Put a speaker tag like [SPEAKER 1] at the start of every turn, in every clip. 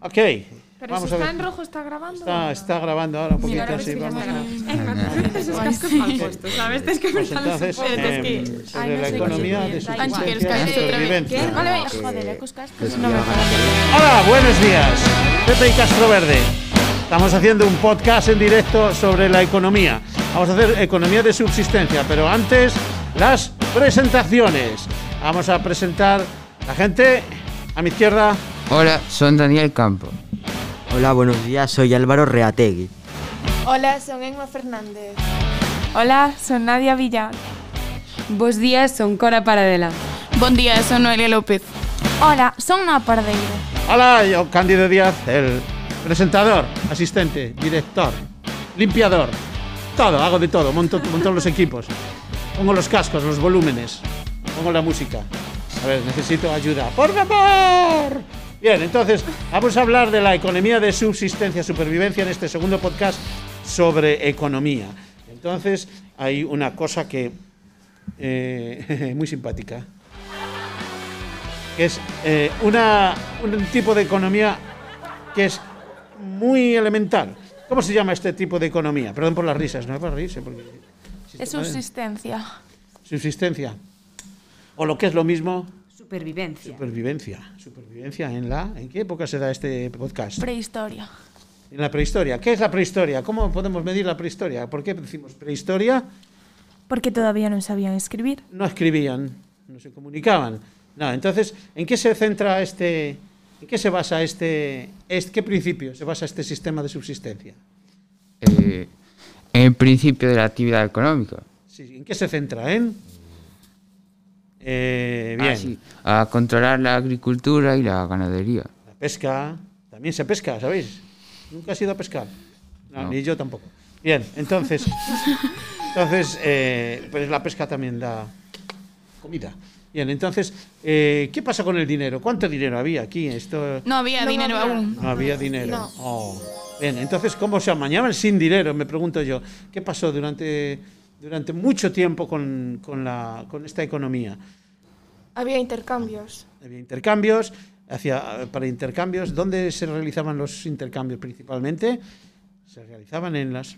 [SPEAKER 1] Ok,
[SPEAKER 2] Pero
[SPEAKER 1] vamos
[SPEAKER 2] si
[SPEAKER 1] a ver.
[SPEAKER 2] está en rojo, está grabando.
[SPEAKER 1] Está, está grabando ahora un poquito
[SPEAKER 2] Mira, ahora ves
[SPEAKER 1] así.
[SPEAKER 2] que ya
[SPEAKER 1] Vamos
[SPEAKER 2] está
[SPEAKER 1] a...
[SPEAKER 3] Eh,
[SPEAKER 2] grabando. Venga, esos cascos mal puestos, ¿sabes? Tienes que
[SPEAKER 1] Pues
[SPEAKER 2] mirar los
[SPEAKER 1] entonces,
[SPEAKER 2] ojos.
[SPEAKER 1] eh,
[SPEAKER 2] Es que-
[SPEAKER 1] sobre la economía de este
[SPEAKER 2] quieres
[SPEAKER 1] subsistencia
[SPEAKER 2] caer
[SPEAKER 1] y
[SPEAKER 2] otra vez.
[SPEAKER 1] supervivencia.
[SPEAKER 2] ¿Qué? Vale, venga,
[SPEAKER 4] Eh,
[SPEAKER 2] joder, ecos cascos.
[SPEAKER 4] pues
[SPEAKER 2] No me
[SPEAKER 4] ya.
[SPEAKER 2] jodas.
[SPEAKER 1] Hola, buenos días. Pepe y Castro Verde. Estamos haciendo un podcast en directo sobre la economía. Vamos a hacer economía de subsistencia, pero antes las presentaciones. Vamos a presentar la gente a mi izquierda.
[SPEAKER 4] Hola, son Daniel Campo.
[SPEAKER 5] Hola, buenos días, soy Álvaro Reategui.
[SPEAKER 6] Hola, son Emma Fernández.
[SPEAKER 2] Hola, son Nadia Villa.
[SPEAKER 7] Bos días, son Cora Paradela.
[SPEAKER 3] Buen día, soy Noelia López.
[SPEAKER 2] Hola, son una pardeira.
[SPEAKER 1] Hola, yo Cándido Díaz, el presentador, asistente, director, limpiador. Todo, hago de todo, monto, monto los equipos. Pongo los cascos, los volúmenes, pongo la música. A ver, necesito ayuda. ¡Por favor! Bien, entonces vamos a hablar de la economía de subsistencia, supervivencia en este segundo podcast sobre economía. Entonces hay una cosa que eh, muy simpática que es eh, una, un tipo de economía que es muy elemental. ¿Cómo se llama este tipo de economía? Perdón por las risas, no es para reírse. Porque
[SPEAKER 2] Es subsistencia.
[SPEAKER 1] subsistencia. O lo que es lo mismo,
[SPEAKER 7] Supervivencia.
[SPEAKER 1] supervivencia. ¿Supervivencia en la? ¿En qué época se da este podcast?
[SPEAKER 2] Prehistoria.
[SPEAKER 1] en la prehistoria. ¿Qué es la prehistoria? ¿Cómo podemos medir la prehistoria? ¿Por qué decimos prehistoria?
[SPEAKER 2] Porque todavía no sabían escribir.
[SPEAKER 1] no escribían, no se comunicaban. No, entonces, ¿en qué se centra este, en qué se basa este, est- qué principio se basa este sistema de subsistencia?
[SPEAKER 4] Eh, el principio de la actividad económica.
[SPEAKER 1] Sí, ¿En qué se centra? ¿En? Eh, bien,
[SPEAKER 4] Así, Ah, a controlar la agricultura y la ganadería.
[SPEAKER 1] la pesca, también se pesca, ¿sabéis? Nunca has ido a pescar. No,
[SPEAKER 4] No.
[SPEAKER 1] Ni yo tampoco. Bien, entonces, entonces eh, pues la pesca también da comida. Bien, entonces, eh, ¿qué pasa con el dinero? ¿Cuánto dinero había aquí? Esto,
[SPEAKER 3] No había dinero aún.
[SPEAKER 1] No había dinero. Oh. Bien, entonces, ¿cómo se amañaban sin dinero? Me pregunto yo. ¿Qué pasó durante, durante mucho tiempo con, con la, con esta economía?
[SPEAKER 6] Había intercambios.
[SPEAKER 1] Había intercambios, hacia, para intercambios, ¿dónde se realizaban los intercambios principalmente? Se realizaban en las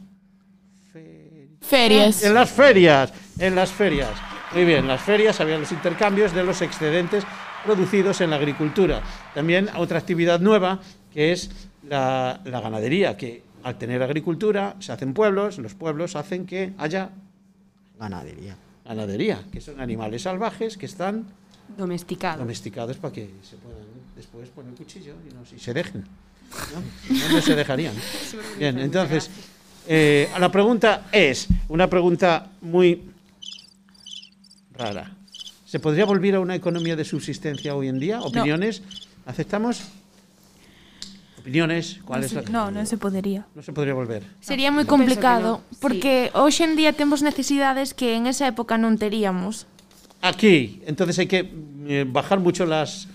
[SPEAKER 3] Ferias.
[SPEAKER 1] En las ferias, en las ferias. Muy bien, en las ferias había los intercambios de los excedentes producidos en la agricultura. También otra actividad nueva que es la, la ganadería, que al tener agricultura se hacen pueblos, los pueblos hacen que haya
[SPEAKER 5] Ganadería.
[SPEAKER 1] ganadería, que son animales salvajes que están
[SPEAKER 7] Domesticado.
[SPEAKER 1] domesticados para que se puedan después poner el cuchillo y no si se dejen. ¿no? ¿Dónde se dejarían? Bien, entonces, eh, la pregunta es una pregunta muy rara. ¿Se podría volver a una economía de subsistencia hoy en día? ¿Opiniones? ¿Aceptamos? ¿Opiniones? ¿Cuál es la
[SPEAKER 2] No, no se podría.
[SPEAKER 1] No se podría volver.
[SPEAKER 2] Sería moi
[SPEAKER 7] penso que
[SPEAKER 2] complicado,
[SPEAKER 7] non. Sí.
[SPEAKER 2] porque hoxe en día temos necesidades que en esa época non teríamos.
[SPEAKER 1] Aquí, entonces hay que eh, bajar mucho las,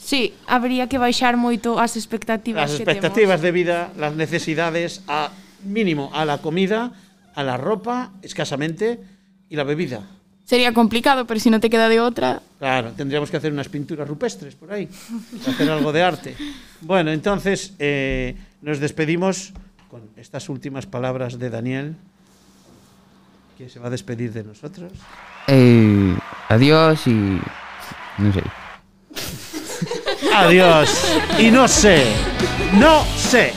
[SPEAKER 2] Sí, habría que baixar moito as expectativas
[SPEAKER 1] las
[SPEAKER 2] que
[SPEAKER 1] expectativas de vida, las necesidades a mínimo a la comida, a la ropa, escasamente, y la bebida.
[SPEAKER 3] Sería complicado, pero si no te queda de otra.
[SPEAKER 1] Claro, tendríamos que hacer unas pinturas rupestres por ahí, hacer algo de arte. Bueno, entonces eh, nos despedimos con estas últimas palabras de Daniel, que se va a despedir de nosotros.
[SPEAKER 4] Eh, adiós y... no sé.
[SPEAKER 1] Adiós. Y no sé, no sé.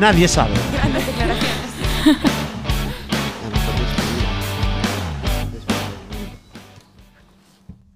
[SPEAKER 1] Nadie sabe.
[SPEAKER 2] temos.